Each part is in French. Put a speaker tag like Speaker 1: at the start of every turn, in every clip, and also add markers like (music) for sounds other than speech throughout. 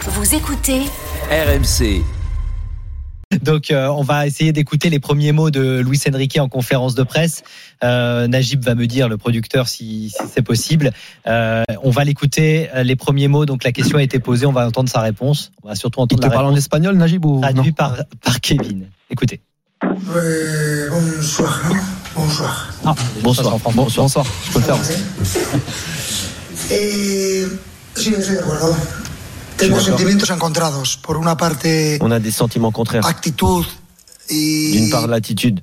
Speaker 1: Vous écoutez
Speaker 2: RMC.
Speaker 3: Donc, euh, on va essayer d'écouter les premiers mots de Luis Enrique en conférence de presse. Euh, Najib va me dire, le producteur, si, si c'est possible. Euh, on va l'écouter, euh, les premiers mots. Donc, la question a été posée, on va entendre sa réponse. On va surtout
Speaker 4: Il
Speaker 3: entendre
Speaker 4: te
Speaker 3: la
Speaker 4: parle en
Speaker 3: réponse
Speaker 4: espagnol, Najib ou
Speaker 5: Ah,
Speaker 4: non
Speaker 3: traduite par, par Kevin. Écoutez.
Speaker 6: Euh, bonsoir, non Bonsoir.
Speaker 3: Ça,
Speaker 4: Ah, Bonsoir.
Speaker 3: c'est en français.
Speaker 4: Bonsoir. Bonsoir. Je peux le faire.
Speaker 6: Ok. Eh, sí, estoy de acuerdo. Tengo
Speaker 4: Sí, de acuerdo.
Speaker 6: sentimientos encontrados. Por una parte,
Speaker 4: On a des sentiments contraires.
Speaker 6: Ah, actitud y
Speaker 4: D'une part, l'attitude,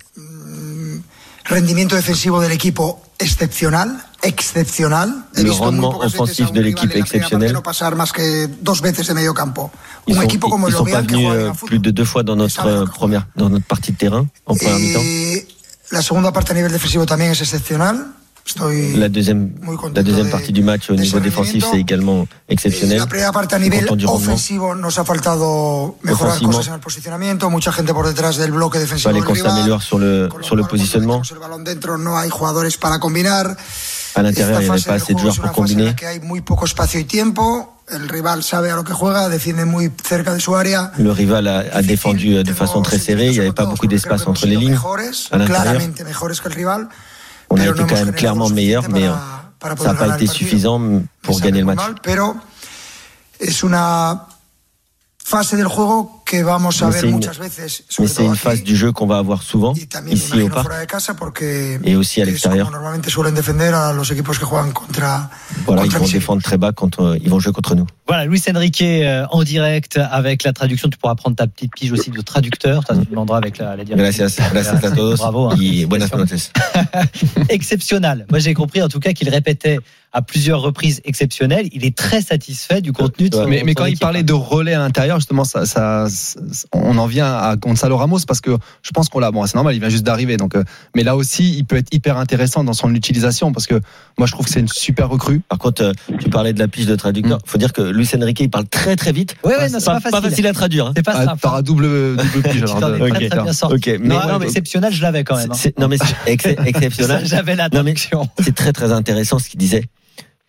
Speaker 6: rendimiento defensivo del equipo excepcional. Excepcional.
Speaker 4: Le
Speaker 6: visto muy
Speaker 4: rendement
Speaker 6: pocas veces
Speaker 4: ofensif
Speaker 6: a un rival en
Speaker 4: del
Speaker 6: la
Speaker 4: equipo
Speaker 6: primera parte
Speaker 4: excepcional.
Speaker 6: No pasar más que dos veces de medio campo.
Speaker 4: Ils
Speaker 6: un
Speaker 4: sont,
Speaker 6: equipo como
Speaker 4: ils
Speaker 6: el
Speaker 4: sont pas
Speaker 6: Lorient que
Speaker 4: venus
Speaker 6: juega bien
Speaker 4: euh,
Speaker 6: al
Speaker 4: plus
Speaker 6: fútbol.
Speaker 4: de deux fois dans notre
Speaker 6: Sabe lo
Speaker 4: euh,
Speaker 6: que
Speaker 4: première, dans notre partie de terrain en première mi-temps.
Speaker 6: Eh, la segunda parte a nivel defensivo también es excepcional. Estoy
Speaker 4: La deuxième, la deuxième partie du match au niveau défensif, c'est également exceptionnel.
Speaker 6: La primera parte a
Speaker 4: Au
Speaker 6: nivel
Speaker 4: content du rendement.
Speaker 6: ofensivo nos ha faltado mejorar
Speaker 4: Ofensivo.
Speaker 6: cosas en el posicionamiento, mucha gente por detrás del bloque
Speaker 4: Il
Speaker 6: defensivo
Speaker 4: fallait
Speaker 6: del
Speaker 4: qu'on
Speaker 6: rival.
Speaker 4: s'améliore sur le,
Speaker 6: Con lo
Speaker 4: sur le
Speaker 6: cual, cuando
Speaker 4: positionnement.
Speaker 6: metemos el balón dentro no hay jugadores para combinar.
Speaker 4: À l'intérieur,
Speaker 6: Esta
Speaker 4: il n'y avait
Speaker 6: fase
Speaker 4: pas
Speaker 6: del
Speaker 4: assez de
Speaker 6: juego es
Speaker 4: joueurs
Speaker 6: una
Speaker 4: pour
Speaker 6: fase en
Speaker 4: combiner.
Speaker 6: la que hay muy poco espacio y tiempo. El rival sabe a lo que juega, defiende muy cerca de su área.
Speaker 4: Le rival a, a
Speaker 6: Difícil.
Speaker 4: défendu euh, de
Speaker 6: Tenemos
Speaker 4: façon très serrée. Il n'y avait pas
Speaker 6: encontrados
Speaker 4: beaucoup
Speaker 6: porque
Speaker 4: d'espace
Speaker 6: creo que
Speaker 4: entre
Speaker 6: hemos
Speaker 4: les
Speaker 6: sido
Speaker 4: lignes. Ah.
Speaker 6: mejores,
Speaker 4: à l'intérieur.
Speaker 6: Claramente mejores que el rival.
Speaker 4: On a
Speaker 6: pero
Speaker 4: été
Speaker 6: no
Speaker 4: quand
Speaker 6: hemos
Speaker 4: même
Speaker 6: generado
Speaker 4: clairement
Speaker 6: suficiente
Speaker 4: meilleur, mais euh,
Speaker 6: para- para
Speaker 4: ça
Speaker 6: poder
Speaker 4: n'a pas
Speaker 6: ganar el
Speaker 4: été
Speaker 6: partido.
Speaker 4: suffisant pour
Speaker 6: Me
Speaker 4: gagner
Speaker 6: sale
Speaker 4: le
Speaker 6: muy
Speaker 4: match.
Speaker 6: mal, pero es una fase del juego que vamos a
Speaker 4: Mais
Speaker 6: ver
Speaker 4: c'est une-
Speaker 6: muchas veces,
Speaker 4: Mais
Speaker 6: sobre
Speaker 4: c'est
Speaker 6: todo
Speaker 4: une
Speaker 6: aquí,
Speaker 4: phase du jeu qu'on va avoir souvent,
Speaker 6: y también me
Speaker 4: ici au
Speaker 6: imagino
Speaker 4: parc.
Speaker 6: fuera de casa porque
Speaker 4: Et aussi à
Speaker 6: es
Speaker 4: l'extérieur.
Speaker 6: como normalmente suelen defender a los equipos que juegan contra,
Speaker 4: Voilà, ils
Speaker 6: contra
Speaker 4: vont
Speaker 6: mis
Speaker 4: défendre très bas quand euh, ils vont jouer contre nous.
Speaker 3: Voilà, Luis Enrique euh, en direct avec la traduction. Tu pourras prendre ta petite pige aussi de traducteur. Ça, tu demanderas avec la, la direction.
Speaker 4: Gracias, gracias a todos
Speaker 3: Bravo, hein.
Speaker 4: y buenas noches.
Speaker 3: exceptionnel. Moi, j'ai compris en tout cas qu'il répétait à plusieurs reprises exceptionnel. Il est très satisfait du contenu de son
Speaker 5: Mais, mais quand
Speaker 3: son
Speaker 5: il
Speaker 3: équipe. hein.
Speaker 5: parlait de relais à l'intérière, justement, ça, ça, ça- on en vient à Gonzalo Ramos parce que je pense qu'on l'a. Bon, c'est normal, il vient juste d'arriver. Donc, euh, mais là aussi, il peut être hyper intéressant dans son utilisation parce que moi, je trouve que c'est une super recrue.
Speaker 4: Par contre, euh, tu parlais de la pige de traducteur. Faut dire que Luis Enrique, il parle très très vite.
Speaker 3: Mm. Ouais, ouais, non, c'est pas facile.
Speaker 4: à traduire. hein.
Speaker 3: c'est pas
Speaker 5: Ah,
Speaker 3: simple.
Speaker 5: par un double,
Speaker 3: (laughs)
Speaker 5: double pige,
Speaker 3: Tu
Speaker 5: alors,
Speaker 3: t'en es
Speaker 5: de-
Speaker 3: très,
Speaker 4: Ok.
Speaker 3: très bien sorti.
Speaker 4: Ok, mais,
Speaker 3: non, non,
Speaker 4: ouais,
Speaker 3: mais
Speaker 4: donc,
Speaker 3: exceptionnel, je l'avais quand même.
Speaker 4: c'est-
Speaker 3: hein.
Speaker 4: c'est- non,
Speaker 3: (laughs)
Speaker 4: mais c'est ex-
Speaker 3: Ça,
Speaker 4: exceptionnel.
Speaker 3: J'avais la
Speaker 4: Non, mais-
Speaker 3: traduction.
Speaker 4: C'est très très intéressant ce qu'il disait.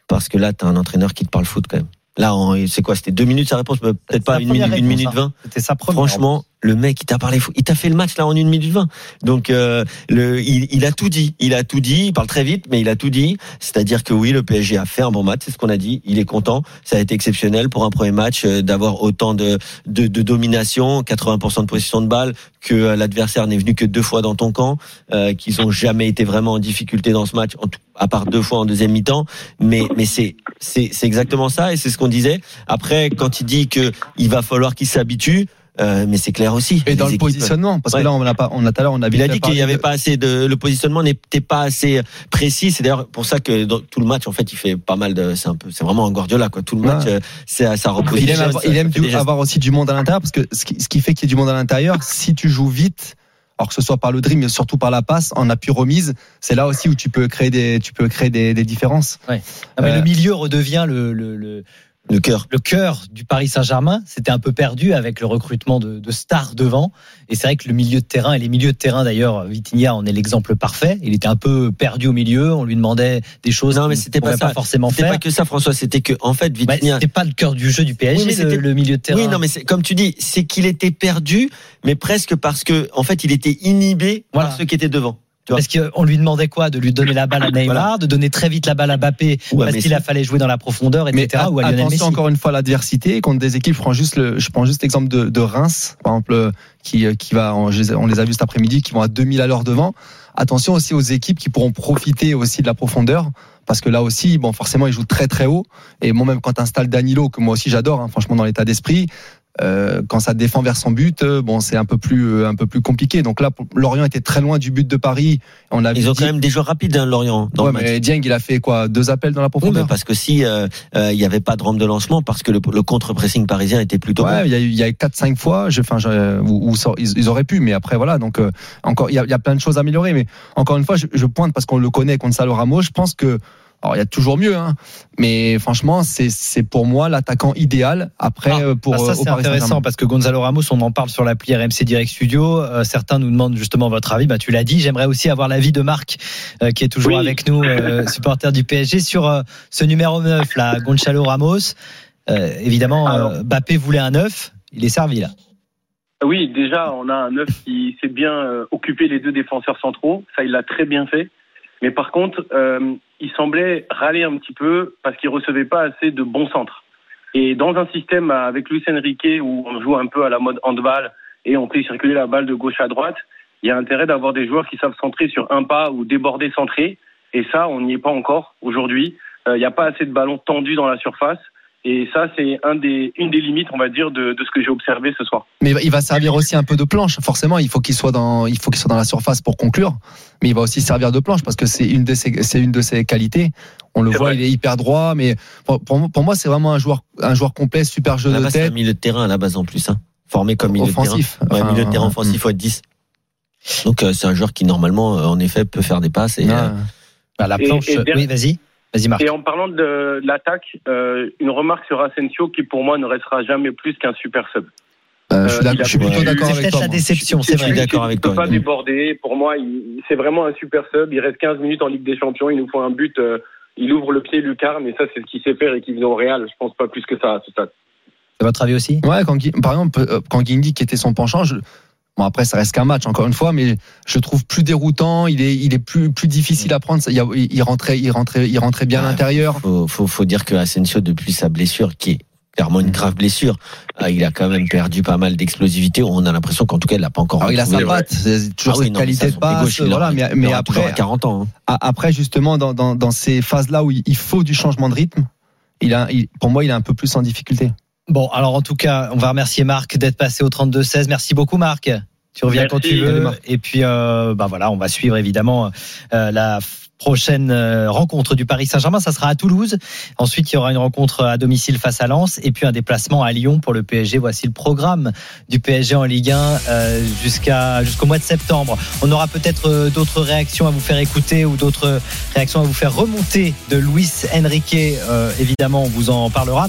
Speaker 4: Parce que là, t'as un entraîneur qui te parle foot quand même. Là, en- c'est quoi C'était deux minutes sa réponse, mais
Speaker 3: la
Speaker 4: peut-être pas une
Speaker 3: première
Speaker 4: minute, une
Speaker 3: réponse,
Speaker 4: minute
Speaker 3: hein.
Speaker 4: vingt.
Speaker 3: C'était sa première.
Speaker 4: Franchement, le mec, il t'a parlé foot. Il t'a fait le match là en une minute vingt. Donc, euh, le, il, il a tout dit. Il a tout dit. Il parle très vite, mais il a tout dit. C'est-à-dire que oui, le PSG a fait un bon match. C'est ce qu'on a dit. Il est content. Ça a été exceptionnel pour un premier match euh, d'avoir autant de, de, de domination, 80% de possession de balle, que euh, l'adversaire n'est venu que deux fois dans ton camp, euh, qu'ils ont jamais été vraiment en difficulté dans ce match, en tout- à part deux fois en deuxième mi-temps. Mais, mais c'est, c'est, c'est exactement ça et c'est ce qu'on disait. Après, quand il dit que il va falloir qu'il s'habitue, euh, mais c'est clair aussi.
Speaker 5: Et dans
Speaker 4: Les
Speaker 5: le
Speaker 4: équipes-
Speaker 5: positionnement, parce
Speaker 4: Ouais.
Speaker 5: que là, on a pas, on a tout à l'heure, on a
Speaker 4: il
Speaker 5: vite
Speaker 4: a dit qu'il
Speaker 5: parlé
Speaker 4: n'y avait
Speaker 5: de-
Speaker 4: pas assez de le positionnement n'était pas assez précis. C'est d'ailleurs pour ça que dans tout le match en fait il fait pas mal de c'est un peu c'est vraiment un Guardiola quoi. Tout le match
Speaker 5: Ouais.
Speaker 4: euh, c'est ça repose.
Speaker 5: Il aime, avoir, il aime du- avoir aussi du monde à l'intérieur parce que ce qui, ce qui fait qu'il y ait du monde à l'intérieur, si tu joues vite, alors que ce soit par le dribble, mais surtout par la passe, en appui remise, c'est là aussi où tu peux créer des, tu peux créer des, des différences.
Speaker 3: Non, ah, mais
Speaker 5: Euh,
Speaker 3: le milieu redevient le, le, le,
Speaker 4: le cœur.
Speaker 3: le cœur du Paris Saint-Germain. C'était un peu perdu avec le recrutement de, de stars devant. Et c'est vrai que le milieu de terrain, et les milieux de terrain d'ailleurs, Vitinha en est l'exemple parfait. Il était un peu perdu au milieu. On lui demandait des choses
Speaker 4: Non, mais
Speaker 3: qu'il
Speaker 4: c'était
Speaker 3: ne
Speaker 4: pas
Speaker 3: pouvait
Speaker 4: ça.
Speaker 3: pas forcément
Speaker 4: C'était
Speaker 3: faire.
Speaker 4: pas que ça François, c'était que en fait
Speaker 3: Bah,
Speaker 4: Vitinha
Speaker 3: c'était pas le cœur du jeu du PSG,
Speaker 4: Oui, mais
Speaker 3: le,
Speaker 4: c'était-
Speaker 3: le milieu de terrain.
Speaker 4: Oui, non, mais c'est comme tu dis, c'est qu'il était perdu, mais presque parce que, en fait, il était inhibé
Speaker 3: Voilà.
Speaker 4: par ceux qui étaient devant. tu vois.
Speaker 3: Parce qu'on lui demandait quoi De lui donner la balle à Neymar, de donner très vite la balle à Mbappé
Speaker 4: Ouais,
Speaker 3: parce
Speaker 4: mais
Speaker 3: qu'il a fallu jouer dans la profondeur, etc.
Speaker 5: Mais a-
Speaker 3: ou à Lionel
Speaker 5: attention
Speaker 3: Messi.
Speaker 5: encore une fois à l'adversité contre des équipes. Je prends juste le, je prends juste l'exemple de, de Reims, par exemple, euh, qui, euh, qui va, en- je les ai- on les a vus cet après-midi, qui vont à 2000 à l'heure devant. Attention aussi aux équipes qui pourront profiter aussi de la profondeur. Parce que là aussi, bon, forcément, ils jouent très très haut. Et moi-même, quand t'installes Danilo, que moi aussi j'adore, hein, franchement, dans l'état d'esprit, euh, quand ça défend vers son but, euh, bon, c'est un peu plus, euh, un peu plus compliqué. Donc là, pour- Lorient était très loin du but de Paris. On a
Speaker 4: Ils
Speaker 5: vu
Speaker 4: ont quand
Speaker 5: Dieng-
Speaker 4: même des joueurs rapides, hein, Lorient, dans
Speaker 5: Ouais,
Speaker 4: le match.
Speaker 5: mais Dieng, il a fait quoi Deux appels dans la
Speaker 4: Oui, mais
Speaker 5: profondeur.
Speaker 4: parce que si euh, euh, il n'y avait pas de rampe de lancement, parce que le, le contre-pressing parisien était plutôt bon.
Speaker 5: Ouais, il y a eu- il y a eu 4-5 fois, je, enfin, je- où, où ça- ils, ils auraient pu, mais après, voilà. Donc, euh, encore, il y, a, il y a plein de choses à améliorer, mais encore une fois, je, je pointe parce qu'on le connaît contre Salo Ramos. Je pense que, alors, il y a toujours mieux, hein, mais franchement, c'est c'est pour moi l'attaquant idéal après
Speaker 3: Ah,
Speaker 5: euh, pour
Speaker 3: Ah,
Speaker 5: euh,
Speaker 3: ça
Speaker 5: au
Speaker 3: c'est
Speaker 5: Paris
Speaker 3: intéressant
Speaker 5: Saint-Germain.
Speaker 3: parce que Gonzalo Ramos, on en parle sur l'appli RMC Direct Studio. Euh, certains nous demandent justement votre avis. Bah, tu l'as dit. J'aimerais aussi avoir l'avis de Marc, euh, qui est toujours avec nous, euh, supporter du PSG, sur euh, ce numéro 9 là, Gonzalo Ramos. euh,
Speaker 4: Ah,
Speaker 3: évidemment, euh, Bappé voulait un 9, il est servi là.
Speaker 1: Oui, déjà, on a un neuf qui sait bien euh, occuper les deux défenseurs centraux. Ça, il l'a très bien fait. Mais par contre, euh, il semblait râler un petit peu parce qu'il recevait pas assez de bons centres. Et dans un système avec Luis Enrique où on joue un peu à la mode handball et on fait circuler la balle de gauche à droite, il y a intérêt d'avoir des joueurs qui savent centrer sur un pas ou déborder centré. Et ça, on n'y est pas encore aujourd'hui. Euh, Il n'y a pas assez de ballons tendus dans la surface. Et ça, c'est un des, une des limites, on va dire, de, de ce que j'ai observé ce soir.
Speaker 5: Mais il va servir aussi un peu de planche. Forcément, il faut qu'il soit dans, il faut qu'il soit dans la surface pour conclure. Mais il va aussi servir de planche parce que c'est une de ses, c'est une de ses qualités. On le
Speaker 1: C'est
Speaker 5: voit,
Speaker 1: vrai.
Speaker 5: il est hyper droit. Mais pour, pour moi- pour moi, c'est vraiment un joueur, un joueur complet, super jeu
Speaker 4: À la
Speaker 5: de
Speaker 4: base, Ah, c'est un
Speaker 5: tête,
Speaker 4: milieu de terrain à la base en plus, hein. formé comme milieu
Speaker 5: offensif.
Speaker 4: de terrain. Ouais,
Speaker 5: Enfin,
Speaker 4: milieu de terrain
Speaker 3: euh,
Speaker 4: offensif,
Speaker 3: hmm.
Speaker 4: il faut être 10. Donc euh, c'est un joueur qui normalement, euh, en effet, peut faire des passes. Et,
Speaker 5: Ouais.
Speaker 4: euh,
Speaker 3: Bah, la
Speaker 1: Et-
Speaker 3: planche,
Speaker 1: et dernier-
Speaker 3: oui, vas-y. Vas-y, Marc.
Speaker 1: Et en parlant de l'attaque, euh, une remarque sur Asensio qui, pour moi, ne restera jamais plus qu'un super sub.
Speaker 5: Euh, je suis,
Speaker 1: Euh,
Speaker 5: d'accord-
Speaker 1: il a-
Speaker 5: je suis plutôt
Speaker 4: Ouais.
Speaker 5: d'accord
Speaker 3: C'est
Speaker 5: avec
Speaker 3: peut-être
Speaker 5: toi.
Speaker 3: la
Speaker 5: moi.
Speaker 3: déception, c'est
Speaker 4: Je suis
Speaker 3: vrai.
Speaker 4: d'accord avec
Speaker 1: Il ne peut
Speaker 4: toi.
Speaker 1: pas déborder. Pour moi, il- c'est vraiment un super sub. Il reste 15 minutes en Ligue des Champions. Il nous faut un but. euh, il ouvre le pied lucarne. Et ça, c'est ce qu'il sait faire et qu'il faisait au Real. Je pense pas plus que ça à ce stade.
Speaker 3: C'est votre avis aussi
Speaker 5: Ouais, quand, Gui- par exemple, euh, quand Guindy qui était son penchant, je- bon après ça reste qu'un match encore une fois, mais je le trouve plus déroutant. Il est, il est plus, plus difficile à prendre. Ça, il y a- Il rentrait, il rentrait, il rentrait bien à
Speaker 4: Ouais.
Speaker 5: l'intérieur.
Speaker 4: faut, faut, faut dire que Asensio, depuis sa blessure, qui est clairement une grave blessure, ah, il a quand même perdu pas mal d'explosivité. On a l'impression qu'en tout cas, il l'a pas encore.
Speaker 5: Alors il a sa
Speaker 4: retrouvé.
Speaker 5: patte, c'est toujours
Speaker 4: Ah oui,
Speaker 5: cette
Speaker 4: non, mais ça,
Speaker 5: qualité de
Speaker 4: sur pied
Speaker 5: passe.
Speaker 4: gauche, il
Speaker 5: voilà,
Speaker 4: aura-
Speaker 5: mais,
Speaker 4: il
Speaker 5: mais
Speaker 4: aura toujours
Speaker 5: après,
Speaker 4: à 40 ans. hein.
Speaker 5: a- après justement dans, dans, dans ces phases là où il il faut du changement de rythme, il a, il- pour moi, il est un peu plus en difficulté.
Speaker 3: Bon, alors en tout cas, on va remercier Marc d'être passé au 32-16. Merci beaucoup, Marc. Tu reviens
Speaker 1: Merci.
Speaker 3: quand tu
Speaker 5: Salut,
Speaker 3: veux.
Speaker 5: Marc.
Speaker 3: Et puis, euh, bah voilà, on va suivre évidemment euh, la f- prochaine euh, rencontre du Paris Saint-Germain. Ça sera à Toulouse. Ensuite, il y aura une rencontre euh, à domicile face à Lens. Et puis, un déplacement à Lyon pour le PSG. Voici le programme du PSG en Ligue 1 euh, jusqu'à jusqu'au mois de septembre. On aura peut-être euh, d'autres réactions à vous faire écouter ou d'autres réactions à vous faire remonter de Luis Enrique. Euh, évidemment, on vous en parlera.